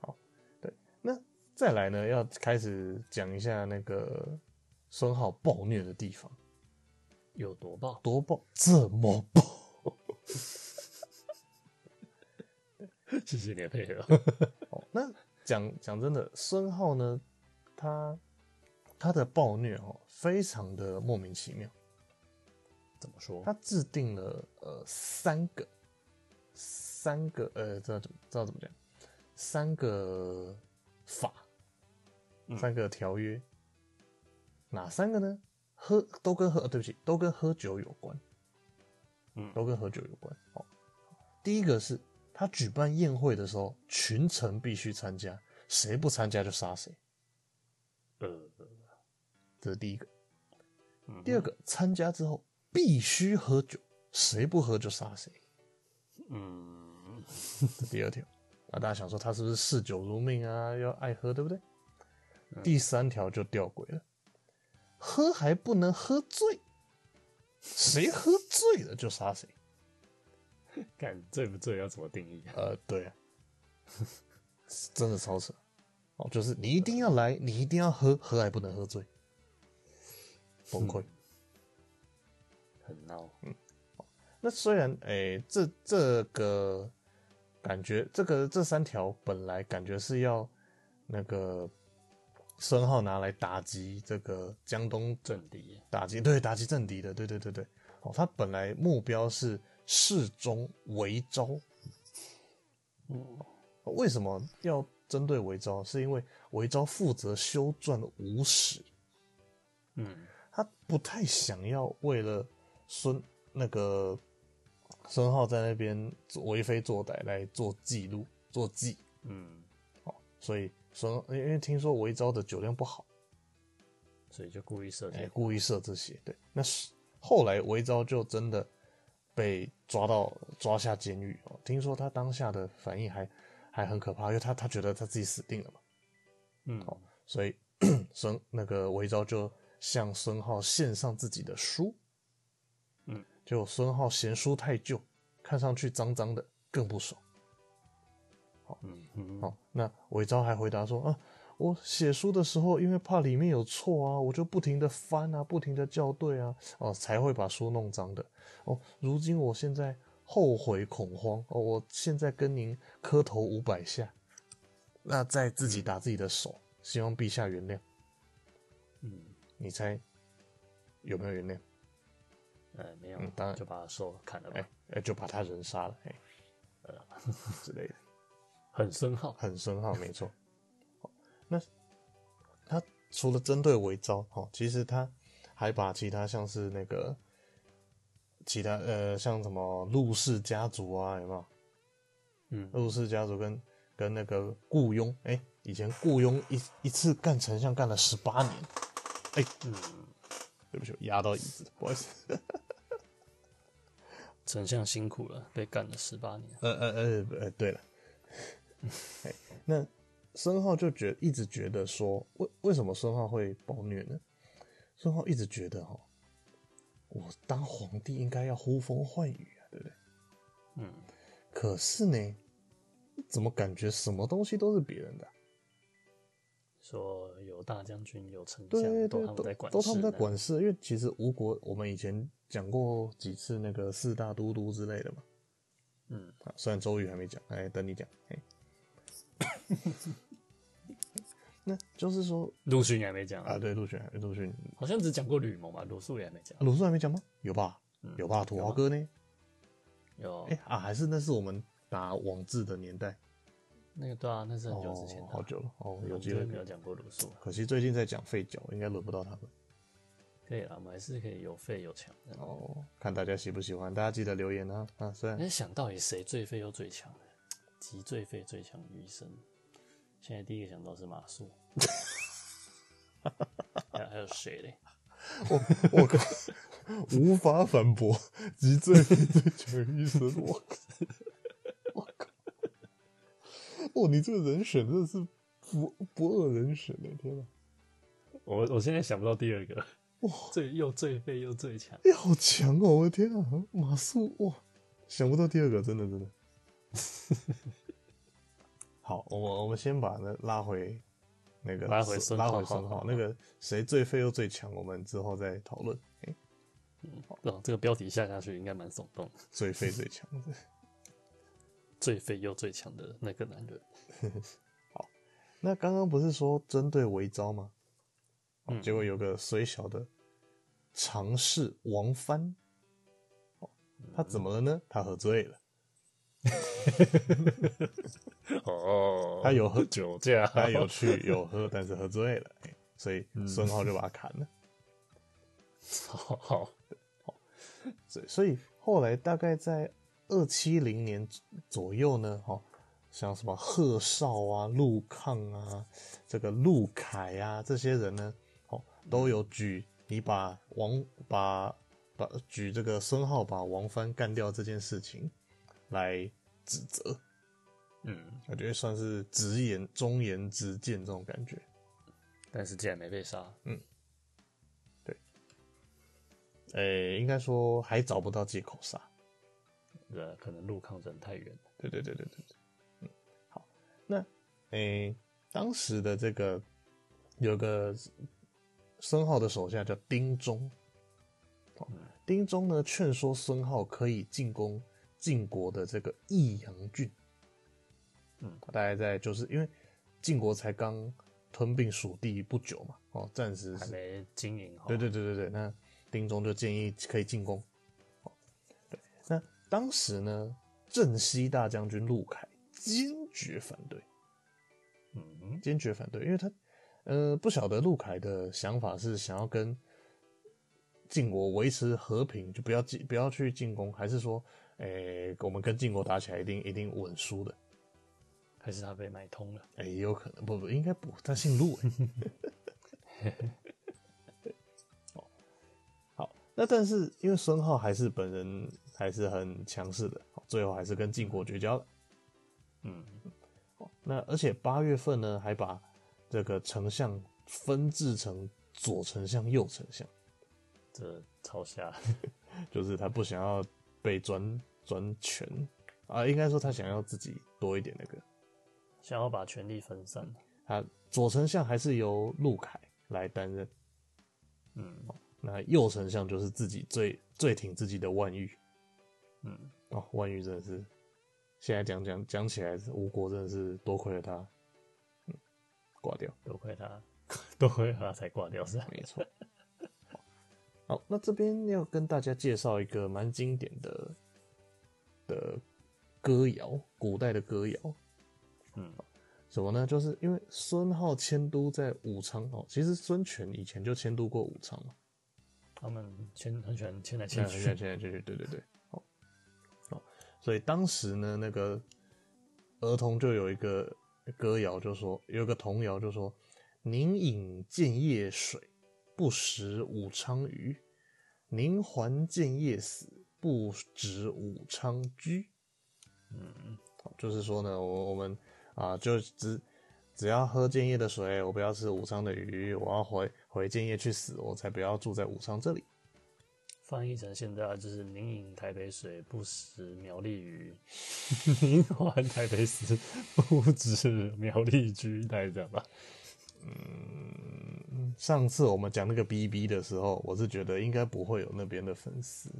[SPEAKER 2] 好，对，那再来呢，要开始讲一下那个孙浩暴虐的地方，
[SPEAKER 1] 有多暴？
[SPEAKER 2] 多暴，这么暴，
[SPEAKER 1] 谢谢你的配
[SPEAKER 2] [laughs]
[SPEAKER 1] 合。
[SPEAKER 2] 哦，那讲讲真的，孙浩呢，他他的暴虐哦，非常的莫名其妙。
[SPEAKER 1] 怎么说
[SPEAKER 2] 他？制定了呃三个三个呃，知道怎么知道怎么讲？三个法，三个条约，哪三个呢？喝都跟喝、呃对不起，都跟喝酒有关，
[SPEAKER 1] 嗯
[SPEAKER 2] 都跟喝酒有关。哦，第一个是他举办宴会的时候，群臣必须参加，谁不参加就杀谁，
[SPEAKER 1] 呃，
[SPEAKER 2] 这是第一个。
[SPEAKER 1] 嗯
[SPEAKER 2] 第二个，参加之后必须喝酒，谁不喝就杀谁。
[SPEAKER 1] 嗯，
[SPEAKER 2] 这第二条。啊，大家想说他是不是嗜酒如命啊？要爱喝，对不对？第三条就吊诡了，喝还不能喝醉，谁喝醉了就杀谁。
[SPEAKER 1] 看醉不醉要怎么定义啊？
[SPEAKER 2] 呃，对啊，真的超扯。哦，就是你一定要来，你一定要喝，喝还不能喝醉，崩溃。
[SPEAKER 1] 很闹，
[SPEAKER 2] 那虽然诶、这这个感觉，这个这三条本来感觉是要那个孙浩拿来打击这个江东
[SPEAKER 1] 政敌
[SPEAKER 2] 打击对打击政敌的，对对对对。哦，他本来目标是侍中围昭，
[SPEAKER 1] 哦，
[SPEAKER 2] 为什么要针对围昭？是因为围昭负责修撰吴史，
[SPEAKER 1] 嗯，
[SPEAKER 2] 他不太想要为了孙那个孙浩在那边做为非作歹来做记录做记，
[SPEAKER 1] 嗯，
[SPEAKER 2] 所以孙因为因为听说韦昭的酒量不好，
[SPEAKER 1] 所以就故意设
[SPEAKER 2] 哎、
[SPEAKER 1] 计，
[SPEAKER 2] 故意设这些。对，那是后来韦昭就真的被抓到抓下监狱哦。听说他当下的反应还还很可怕，因为他他觉得他自己死定了嘛，
[SPEAKER 1] 嗯，
[SPEAKER 2] 所以 [clears throat] 孙那个韦昭就向孙浩献上自己的书，
[SPEAKER 1] 嗯，
[SPEAKER 2] 结果孙浩嫌书太旧，看上去脏脏的，更不爽。
[SPEAKER 1] 嗯嗯，
[SPEAKER 2] 哦，那韦昭还回答说啊，我写书的时候因为怕里面有错啊，我就不停的翻啊，不停的校对啊，哦，才会把书弄脏的。哦，如今我现在后悔恐慌，哦，我现在跟您磕头五百下，那再自己打自己的手，希望陛下原谅。
[SPEAKER 1] 嗯，
[SPEAKER 2] 你猜有没有原谅？
[SPEAKER 1] 呃，没有
[SPEAKER 2] 嗯，当然
[SPEAKER 1] 就把他手砍了
[SPEAKER 2] 哎、
[SPEAKER 1] 吧，
[SPEAKER 2] 哎就把他人杀了，哎、呃之类的。
[SPEAKER 1] 很深浩，
[SPEAKER 2] 很深奥，
[SPEAKER 1] [laughs]
[SPEAKER 2] 没错。那他除了针对伪招，哦，其实他还把其他像是那个其他呃，像什么陆氏家族啊，有没有？
[SPEAKER 1] 嗯
[SPEAKER 2] 陆氏家族跟跟那个雇佣，哎、以前雇佣一一次干丞相干了十八年，哎
[SPEAKER 1] 嗯，
[SPEAKER 2] 对不起，我压到椅子，不好意思。
[SPEAKER 1] 丞相辛苦了，被干了十八年，
[SPEAKER 2] 呃呃呃呃，对了，哎那孙浩就觉一直觉得说，为为什么孙浩会暴虐呢？孙浩一直觉得哈，我当皇帝应该要呼风唤雨啊，对不对？
[SPEAKER 1] 嗯，
[SPEAKER 2] 可是呢，怎么感觉什么东西都是别人的啊、
[SPEAKER 1] 说有大将军，有丞相，
[SPEAKER 2] 对对
[SPEAKER 1] 都
[SPEAKER 2] 对，
[SPEAKER 1] 他们在管，
[SPEAKER 2] 都他们在。管事。因为其实吴国，我们以前讲过几次那个四大都督之类的嘛。
[SPEAKER 1] 嗯，
[SPEAKER 2] 啊，虽然周瑜还没讲，哎，等你讲。哎，那就是说
[SPEAKER 1] 陆逊也还没讲
[SPEAKER 2] 啊，，对，陆逊，陆逊，
[SPEAKER 1] 好像只讲过吕蒙吧，鲁肃也还没讲。
[SPEAKER 2] 鲁肃还没讲吗？有吧，
[SPEAKER 1] 嗯哦
[SPEAKER 2] 有吧，土豪哥呢？
[SPEAKER 1] 有
[SPEAKER 2] 哎啊，还是那是我们打网志的年代，
[SPEAKER 1] 那个对啊，那是很久之前
[SPEAKER 2] 哦
[SPEAKER 1] 的
[SPEAKER 2] 好久了哦，有
[SPEAKER 1] 我
[SPEAKER 2] 机
[SPEAKER 1] 觉得
[SPEAKER 2] 会
[SPEAKER 1] 没
[SPEAKER 2] 可以
[SPEAKER 1] 有。讲过鲁肃啊。
[SPEAKER 2] 可惜最近在讲废脚，应该轮不到他们。
[SPEAKER 1] 可以啦，我们还是可以有废有强的。
[SPEAKER 2] 哦，看大家喜不喜欢，大家记得留言啊啊！虽然
[SPEAKER 1] 那想到底谁最废又最强的？集最废最强于一身。现在第一个想到是马
[SPEAKER 2] [laughs]
[SPEAKER 1] 谡，还有还有谁嘞？
[SPEAKER 2] 我我靠，无法反驳，集最最强医生，我靠，我靠，哦，你这个人选真的是不不二人选的，天哪！
[SPEAKER 1] 我我现在想不到第二个。哇，最又最废又最强，
[SPEAKER 2] 哎、好强哦！我的天啊，马谡哇，想不到第二个，真的真的。好，我们我们先把那拉回那个
[SPEAKER 1] 拉回孙
[SPEAKER 2] 拉
[SPEAKER 1] 浩
[SPEAKER 2] 回孙浩，那个谁最废又最强，我们之后再讨论。哎
[SPEAKER 1] 哦，这个标题下下去应该蛮耸动的。
[SPEAKER 2] 最废最强的。
[SPEAKER 1] 最废又最强的那个男人，
[SPEAKER 2] 那刚刚不是说针对违章吗？哦
[SPEAKER 1] 嗯
[SPEAKER 2] 结果有个虽小的常侍王藩，哦他怎么了呢？他喝醉了，
[SPEAKER 1] 哦
[SPEAKER 2] 他有喝
[SPEAKER 1] [laughs] 酒驾，
[SPEAKER 2] 他有去有喝，但是喝醉了，哎所以孙浩就把他砍了。
[SPEAKER 1] 好好，
[SPEAKER 2] 所以所以后来大概在二七零年左右呢，哈、像什么贺绍啊、陆抗啊、这个陆凯啊这些人呢，哦，都有举你把王把把举这个孙浩把王藩干掉这件事情来指责，
[SPEAKER 1] 嗯，
[SPEAKER 2] 我觉得算是直言忠言直谏这种感觉。
[SPEAKER 1] 但是竟然没被杀，
[SPEAKER 2] 诶、应该说还找不到借口杀。
[SPEAKER 1] 呃，可能陆抗人太远了，
[SPEAKER 2] 对对对对对对，嗯，好，那诶、当时的这个有个孙浩的手下叫丁忠，哦丁忠呢劝说孙浩可以进攻晋国的这个益阳郡，
[SPEAKER 1] 嗯，
[SPEAKER 2] 大概在就是因为晋国才刚吞并蜀地不久嘛，哦，暂时
[SPEAKER 1] 还
[SPEAKER 2] 是
[SPEAKER 1] 没经营好，
[SPEAKER 2] 对对对对对，那丁忠就建议可以进攻。哦对，那当时呢，镇西大将军陆凯坚决反对，
[SPEAKER 1] 嗯，
[SPEAKER 2] 坚决反对，因为他呃不晓得陆凯的想法是想要跟晋国维持和平，就不要进不要去进攻，还是说，诶、我们跟晋国打起来一定一定稳输的。
[SPEAKER 1] 还是他被买通了，
[SPEAKER 2] 哎、也有可能，不不，应该不，他姓陆、哎哦好，那但是因为孙浩还是本人还是很强势的，哦最后还是跟晋国绝交了。
[SPEAKER 1] 嗯，
[SPEAKER 2] 哦那而且八月份呢，还把这个丞相分治成左丞相、右丞相，
[SPEAKER 1] 这超瞎，
[SPEAKER 2] 就是他不想要被专专权啊，应该说他想要自己多一点那个。
[SPEAKER 1] [laughs] 想要把权力分散，
[SPEAKER 2] 他左丞相还是由陆凯来担任。
[SPEAKER 1] 嗯
[SPEAKER 2] 那右丞相就是自己最最挺自己的万玉
[SPEAKER 1] 嗯，
[SPEAKER 2] 哦，万玉真的是，现在讲讲讲起来，吴国真的是多亏了他，嗯，挂掉，
[SPEAKER 1] [laughs] 多亏他， [laughs] 多亏他才挂掉是吧， [laughs]
[SPEAKER 2] 没错。 [laughs] 好，那这边要跟大家介绍一个蛮经典的的歌谣，古代的歌谣，
[SPEAKER 1] 嗯，
[SPEAKER 2] 什么呢？就是因为孙浩迁都在武昌哦，其实孙权以前就迁都过武昌嘛。
[SPEAKER 1] 他们牵很喜欢牵来
[SPEAKER 2] 嗯
[SPEAKER 1] 牵
[SPEAKER 2] 现在
[SPEAKER 1] 去
[SPEAKER 2] 现，在就是对对对，好，好，所以当时呢，那个儿童就有一个歌谣，就说有一个童谣，就说“宁饮建业水，不食武昌鱼；宁还建业死，不值武昌居。”
[SPEAKER 1] 嗯，
[SPEAKER 2] 好，就是说呢，我我们啊，就只只要喝建业的水，我不要吃武昌的鱼，我要回回建业去死，我才不要住在武昌这里。
[SPEAKER 1] 翻译成现在啊就是宁饮台北水，不食苗栗鱼；宁还台北死，不止苗栗居，大概这样吧。
[SPEAKER 2] 上次我们讲那个 BB 的时候，我是觉得应该不会有那边的粉丝。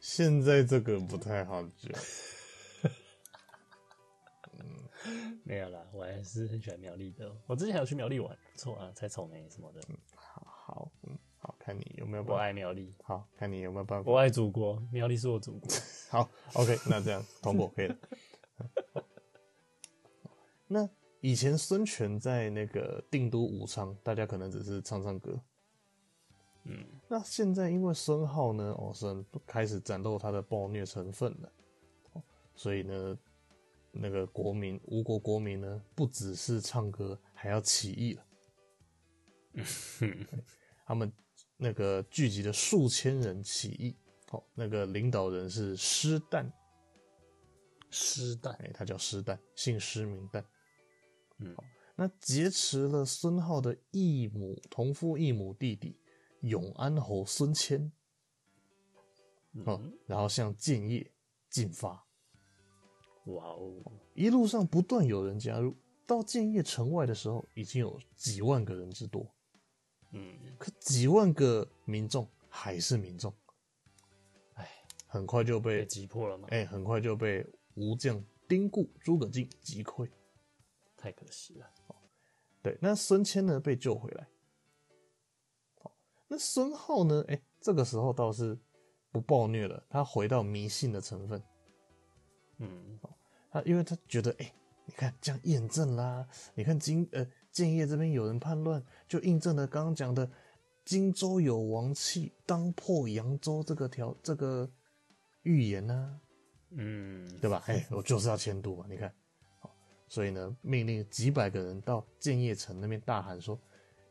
[SPEAKER 2] 现在这个不太好讲，
[SPEAKER 1] 没有啦，我还是很喜欢苗栗的。我之前还有去苗栗玩，不错啊，采草莓什么的。
[SPEAKER 2] 好，嗯，好看你有没有
[SPEAKER 1] 我
[SPEAKER 2] 办法，
[SPEAKER 1] 爱苗栗，
[SPEAKER 2] 好看你有没有办法。
[SPEAKER 1] 我爱祖国，苗栗是我祖国。
[SPEAKER 2] 好，OK，那这样通过可以了。那以前孙权在那个定都武昌，大家可能只是唱唱歌。嗯，那现在因为孙浩呢，哦，孙开始展露他的暴虐成分了，哦所以呢，那个国民吴国国民呢，不只是唱歌，还要起义了。他们那个聚集了数千人起义，哦，那个领导人是师旦，
[SPEAKER 1] 师大，
[SPEAKER 2] 哎、他叫 [laughs] 师旦，姓师名旦。
[SPEAKER 1] 嗯，
[SPEAKER 2] 那劫持了孙浩的异母同父异母弟弟永安侯孙谦，
[SPEAKER 1] 嗯
[SPEAKER 2] 哦，然后向建业进发，
[SPEAKER 1] 哇哦，
[SPEAKER 2] 一路上不断有人加入，到建业城外的时候，已经有几万个人之多。
[SPEAKER 1] 嗯，
[SPEAKER 2] 可几万个民众还是民众，
[SPEAKER 1] 哎，
[SPEAKER 2] 很快就
[SPEAKER 1] 被
[SPEAKER 2] 被
[SPEAKER 1] 击破了吗？
[SPEAKER 2] 哎、很快就被吴将丁固、诸葛瑾击溃。
[SPEAKER 1] 太可惜了。
[SPEAKER 2] 对，那孙谦呢被救回来。好，那孙浩呢？哎、这个时候倒是不暴虐了，他回到迷信的成分。
[SPEAKER 1] 嗯，
[SPEAKER 2] 他因为他觉得，哎、你看这样验证啦，你看金呃建业这边有人叛乱，就印证了刚刚讲的荆州有王气，当破扬州这个条这个预言啊呢、
[SPEAKER 1] 嗯，
[SPEAKER 2] 对吧？哎、我就是要迁都嘛，你看，好所以呢，命令几百个人到建业城那边大喊说：“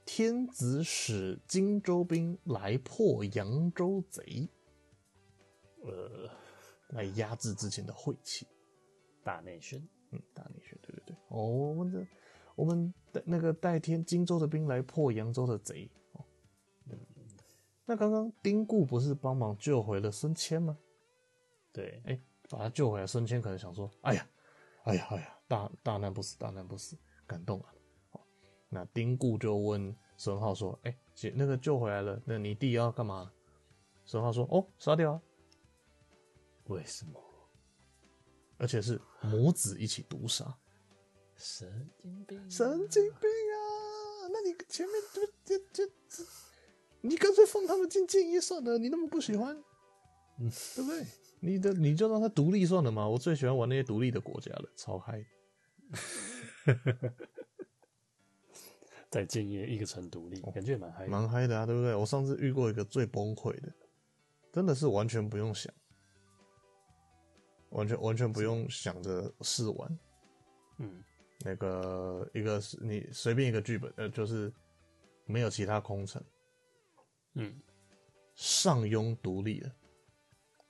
[SPEAKER 2] 天子使荆州兵来破扬州贼
[SPEAKER 1] 呃，”，
[SPEAKER 2] 来压制之前的晦气。
[SPEAKER 1] 大内宣，
[SPEAKER 2] 嗯，大内宣，对对对，哦，我们的我们的那个带天荆州的兵来破扬州的贼。哦，那刚刚丁固不是帮忙救回了孙谦吗？
[SPEAKER 1] 对，
[SPEAKER 2] 哎、把他救回来，孙谦可能想说，哎呀，哎呀，哎呀，大大难不死，大难不死，感动啊。哦那丁固就问孙浩说，哎、姐，那个救回来了，那你弟要干嘛？孙浩说，哦，杀掉啊，
[SPEAKER 1] 为什么？
[SPEAKER 2] 而且是母子一起毒杀，
[SPEAKER 1] 神经病，
[SPEAKER 2] 神经病啊！那你前面这这这这，你干脆放他们进建业算了，你那么不喜欢，嗯，对不对？你的你就让他独立算了嘛，我最喜欢玩那些独立的国家了，超嗨。
[SPEAKER 1] 在建业一个城独立，感觉蛮嗨的。
[SPEAKER 2] 哦蛮嗨的啊，对不对？我上次遇过一个最崩溃的，真的是完全不用想，完全完全不用想着试玩。
[SPEAKER 1] 嗯，
[SPEAKER 2] 那个一个是你随便一个剧本，呃，就是没有其他空城，
[SPEAKER 1] 嗯，
[SPEAKER 2] 上庸独立了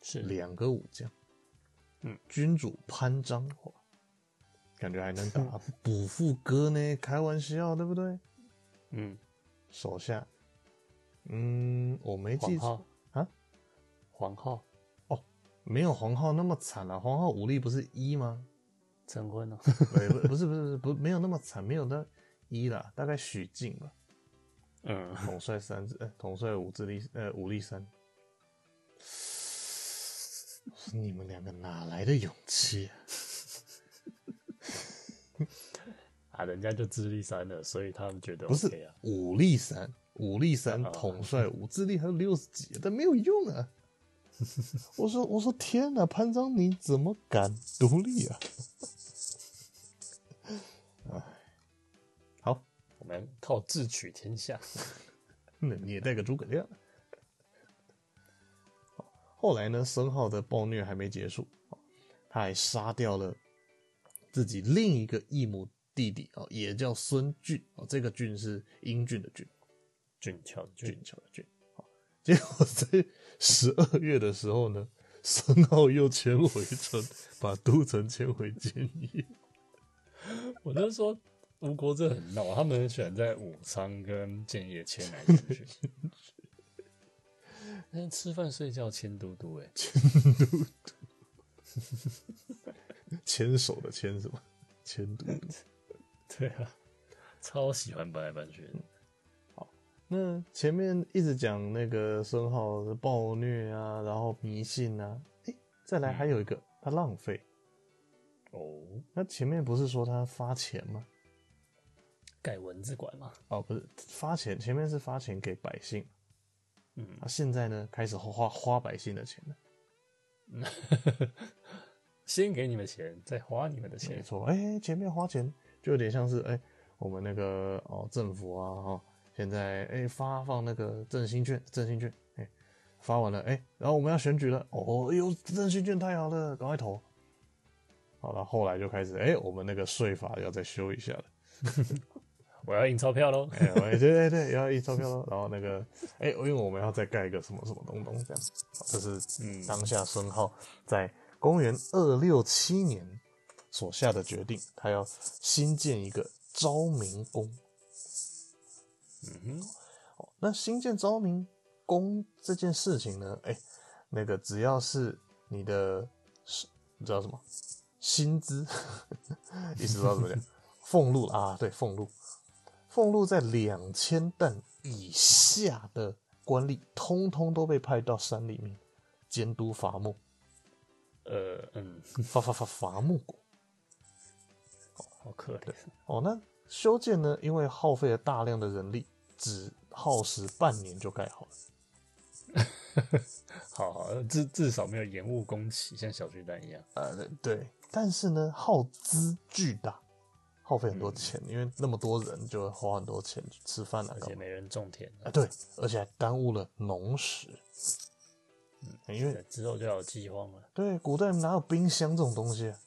[SPEAKER 1] 是
[SPEAKER 2] 两个武将，
[SPEAKER 1] 嗯，
[SPEAKER 2] 君主潘章华，感觉还能打补副歌呢，开玩笑对不对？
[SPEAKER 1] 嗯，
[SPEAKER 2] 手下，嗯，我没记
[SPEAKER 1] 黄
[SPEAKER 2] 错
[SPEAKER 1] 浩
[SPEAKER 2] 啊，
[SPEAKER 1] 黄浩、
[SPEAKER 2] 没有黄浩那么惨啊，黄浩武力不是一吗？
[SPEAKER 1] [laughs] 陈坤
[SPEAKER 2] [laughs]
[SPEAKER 1] 哦，
[SPEAKER 2] 对，不不是不是不是不没有那么惨，没有那一啦，大概许靖吧，
[SPEAKER 1] 嗯，
[SPEAKER 2] 统帅三，呃，统帅五智力，呃，武力三。你们两个哪来的勇气、啊？
[SPEAKER 1] 啊，人家就智力三了，所以他们觉得
[SPEAKER 2] 不是
[SPEAKER 1] OK 啊，
[SPEAKER 2] 武力三，武力三
[SPEAKER 1] 啊
[SPEAKER 2] 统帅五智力还有六十几，但没有用
[SPEAKER 1] [laughs]
[SPEAKER 2] 啊！我说我说天哪，潘章你怎么敢独立啊？ [laughs] 哎，好，
[SPEAKER 1] 我们靠智取天 [laughs] 下。
[SPEAKER 2] 那 [laughs] 你也带个诸葛亮。 [laughs] 后来呢，孙浩的暴虐还没结束，哦他还杀掉了自己另一个异母弟弟哦，也叫孙俊哦，这个俊是英俊的俊，
[SPEAKER 1] 俊俏俊
[SPEAKER 2] 俊，俏的俊。哦结果在十二月的时候呢，孙浩又迁回城，把都城迁回建业。
[SPEAKER 1] 我就说吴国真的很闹，他们很喜欢在武昌跟建业牵来牵 [laughs] 去。但是吃饭睡觉牵嘟嘟、欸，哎，
[SPEAKER 2] [laughs] 牵手的牵什么？牵嘟嘟。
[SPEAKER 1] 对啊，超喜欢搬来搬去的。
[SPEAKER 2] 那前面一直讲那个孙浩的暴虐啊，然后迷信啊，诶、再来还有一个他浪费。
[SPEAKER 1] 哦，
[SPEAKER 2] 那前面不是说他发钱吗？
[SPEAKER 1] 盖蚊子馆嘛， [laughs]
[SPEAKER 2] 哦，不是发钱，前面是发钱给百姓，
[SPEAKER 1] 嗯
[SPEAKER 2] 他、，现在呢开始花花百姓的钱了。
[SPEAKER 1] 先给你们钱，再花你们的
[SPEAKER 2] 没
[SPEAKER 1] 钱。
[SPEAKER 2] 错，哎、前面花钱就有点像是哎、我们那个哦政府啊哈、哦，现在哎、发放那个振兴券，振兴券哎、发完了哎、然后我们要选举了哦，哎呦振兴券太好了，赶快投。好了，后来就开始哎、我们那个税法要再修一下了。
[SPEAKER 1] 我要印钞票喽。
[SPEAKER 2] 哎、喂对对对，要印钞票咯然后那个，哎、因为我们要再盖一个什么什么东东这样，这
[SPEAKER 1] 嗯
[SPEAKER 2] 是当下孙浩在公元二六七年所下的决定，他要新建一个昭明宫。
[SPEAKER 1] 嗯哼，
[SPEAKER 2] 哦那新建昭明宫这件事情呢，哎、那个只要是你的，是你知道什么薪资， [laughs] 一直不知道怎么讲，俸禄啊，对，俸禄，俸禄在两千担以下的官吏，通通都被派到山里面监督伐木，
[SPEAKER 1] 呃，嗯，
[SPEAKER 2] 伐伐伐伐木工。
[SPEAKER 1] 好可怜。
[SPEAKER 2] 哦，那修建呢，因为耗费了大量的人力，只耗时半年就盖好了。
[SPEAKER 1] 好好，至至少没有延误工期，像小巨蛋一样。
[SPEAKER 2] 呃，对，但是呢，耗资巨大，耗费很多钱，因为那么多人就会花很多钱去吃饭啊
[SPEAKER 1] 而，
[SPEAKER 2] 干
[SPEAKER 1] 且
[SPEAKER 2] 嘛？
[SPEAKER 1] 没人种田
[SPEAKER 2] 啊，对，而且还耽误了农时。因为
[SPEAKER 1] 之后就要有饥荒了。
[SPEAKER 2] 对古代哪有冰箱这种东西、啊？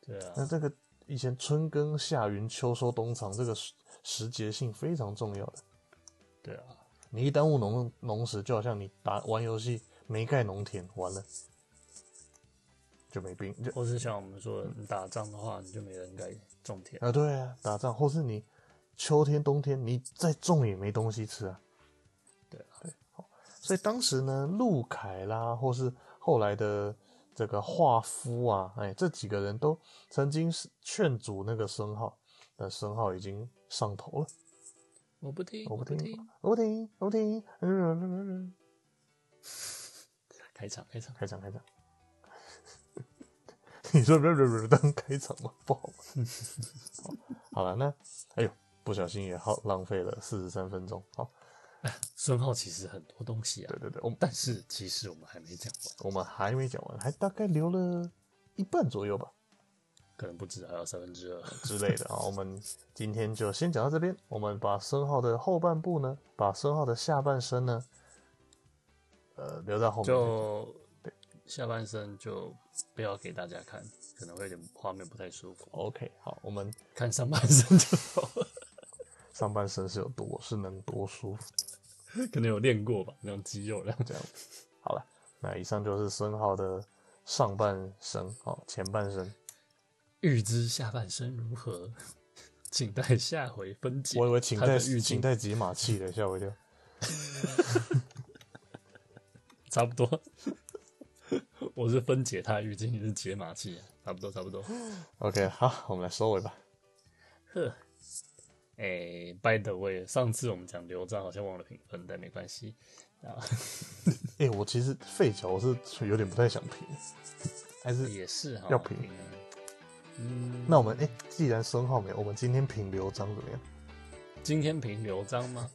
[SPEAKER 1] 对啊，
[SPEAKER 2] 那这个以前春耕、夏耘、秋收、冬藏，这个时时节性非常重要的。
[SPEAKER 1] 对啊，
[SPEAKER 2] 你一耽误农农时，就好像你打玩游戏没盖农田，完了就没冰，就
[SPEAKER 1] 或是像我们说你打仗的话，你就没人该种田。
[SPEAKER 2] 啊，对啊，打仗，或是你秋天、冬天你再种也没东西吃啊。
[SPEAKER 1] 对
[SPEAKER 2] 啊，对，好，所以当时呢，陆凯啦，或是后来的这个华夫啊，哎，这几个人都曾经是劝阻那个申浩，但申浩已经上头了，
[SPEAKER 1] 我不听，
[SPEAKER 2] 我不
[SPEAKER 1] 不
[SPEAKER 2] 听
[SPEAKER 1] 听。，
[SPEAKER 2] 我不听，我不听，嗯
[SPEAKER 1] 开场，开场。
[SPEAKER 2] 开场，开 [laughs] 场。你说不不当开场吗？不好 [laughs] 吧好了，那哎呦，不小心也好浪费了四十三分钟。好，
[SPEAKER 1] 孙浩其实很多东西啊
[SPEAKER 2] 对，对对，我们
[SPEAKER 1] 但是其实我们还没讲完，
[SPEAKER 2] 我们还没讲完，还大概留了一半左右吧
[SPEAKER 1] 可能不止，还有三分之二。
[SPEAKER 2] 之类 [laughs] 的啊。我们今天就先讲到这边，我们把申浩的后半部呢，把申浩的下半身呢，呃，留在后面。
[SPEAKER 1] 就下半身就不要给大家看，可能会有点画面不太舒服，
[SPEAKER 2] OK，好，我们
[SPEAKER 1] 看上半身就 [laughs] 好了。
[SPEAKER 2] 上半身是有多是能多舒服。
[SPEAKER 1] 可能有练过吧，那种肌肉量。
[SPEAKER 2] 这样。好了，那以上就是孙浩的上半身，哦，前半身。
[SPEAKER 1] 预知下半身如何， [laughs] 请待下回分解。
[SPEAKER 2] 我以为请
[SPEAKER 1] 他的
[SPEAKER 2] 带
[SPEAKER 1] 预
[SPEAKER 2] 请
[SPEAKER 1] 警，
[SPEAKER 2] 带解码器的，吓我一跳。
[SPEAKER 1] 差不多。 [laughs] 我是分解他的预警，你是解码器、啊，差不多，差不多。
[SPEAKER 2] OK，好，我们来收尾吧。
[SPEAKER 1] 呵，哎、b y the way，上次我们讲刘璋好像忘了评分，但没关系。啊，
[SPEAKER 2] 哎、我其实废球我是有点不太想评，还是
[SPEAKER 1] 也是哈，
[SPEAKER 2] 要评
[SPEAKER 1] 啊。嗯，
[SPEAKER 2] 那我们哎、既然孙浩没有，我们今天评刘璋怎么样？
[SPEAKER 1] 今天评刘璋吗？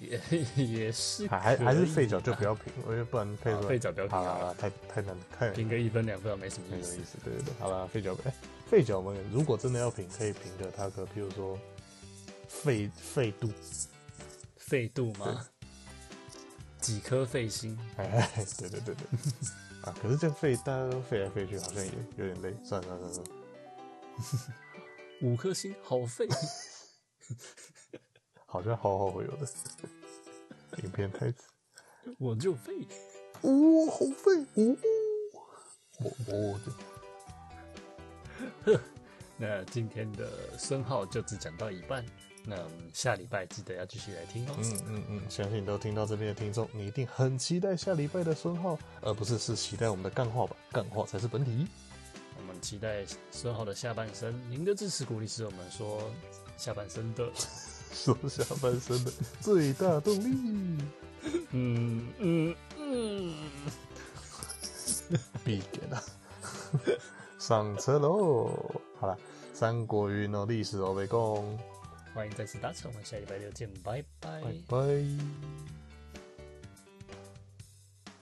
[SPEAKER 1] 也也是可以
[SPEAKER 2] 还
[SPEAKER 1] 啊，
[SPEAKER 2] 还还是废角就不要评，因为啊不然配出来
[SPEAKER 1] 废角不要评
[SPEAKER 2] 好
[SPEAKER 1] 好
[SPEAKER 2] 了，
[SPEAKER 1] 了
[SPEAKER 2] 好了太太难了，太
[SPEAKER 1] 评个一分两分啊没什么
[SPEAKER 2] 没
[SPEAKER 1] 意
[SPEAKER 2] 有
[SPEAKER 1] 思
[SPEAKER 2] 意。思。对对对，好了，废角哎，废角我们如果真的要评，可以评个他个，譬如说废废度，
[SPEAKER 1] 废度吗？几颗废心？
[SPEAKER 2] 哎， [laughs] 对对对对，啊，可是这样飞，大家都飞来飞去，好像也有点累。算了算了算了，
[SPEAKER 1] 五颗星，好废。 [laughs]
[SPEAKER 2] 好像好后悔有的。影片台词，
[SPEAKER 1] 我就废。
[SPEAKER 2] 呜、哦，好废，呜、哦，我、哦、我、
[SPEAKER 1] 呵，那今天的孙浩就只讲到一半，那我们下礼拜记得要继续来听哦。
[SPEAKER 2] 嗯嗯嗯，相信都听到这边的听众，你一定很期待下礼拜的孙浩，而不是是期待我们的干话吧？干话才是本体。
[SPEAKER 1] 我们期待孙浩的下半生，您的支持鼓励是我们说下半生的。
[SPEAKER 2] 说下半身的最大动力。
[SPEAKER 1] 嗯嗯嗯，
[SPEAKER 2] 必给的，上车喽！好了，三国云哦，历史哦，北贡，
[SPEAKER 1] 欢迎再次搭乘，我们下礼拜六见，拜拜
[SPEAKER 2] 拜拜。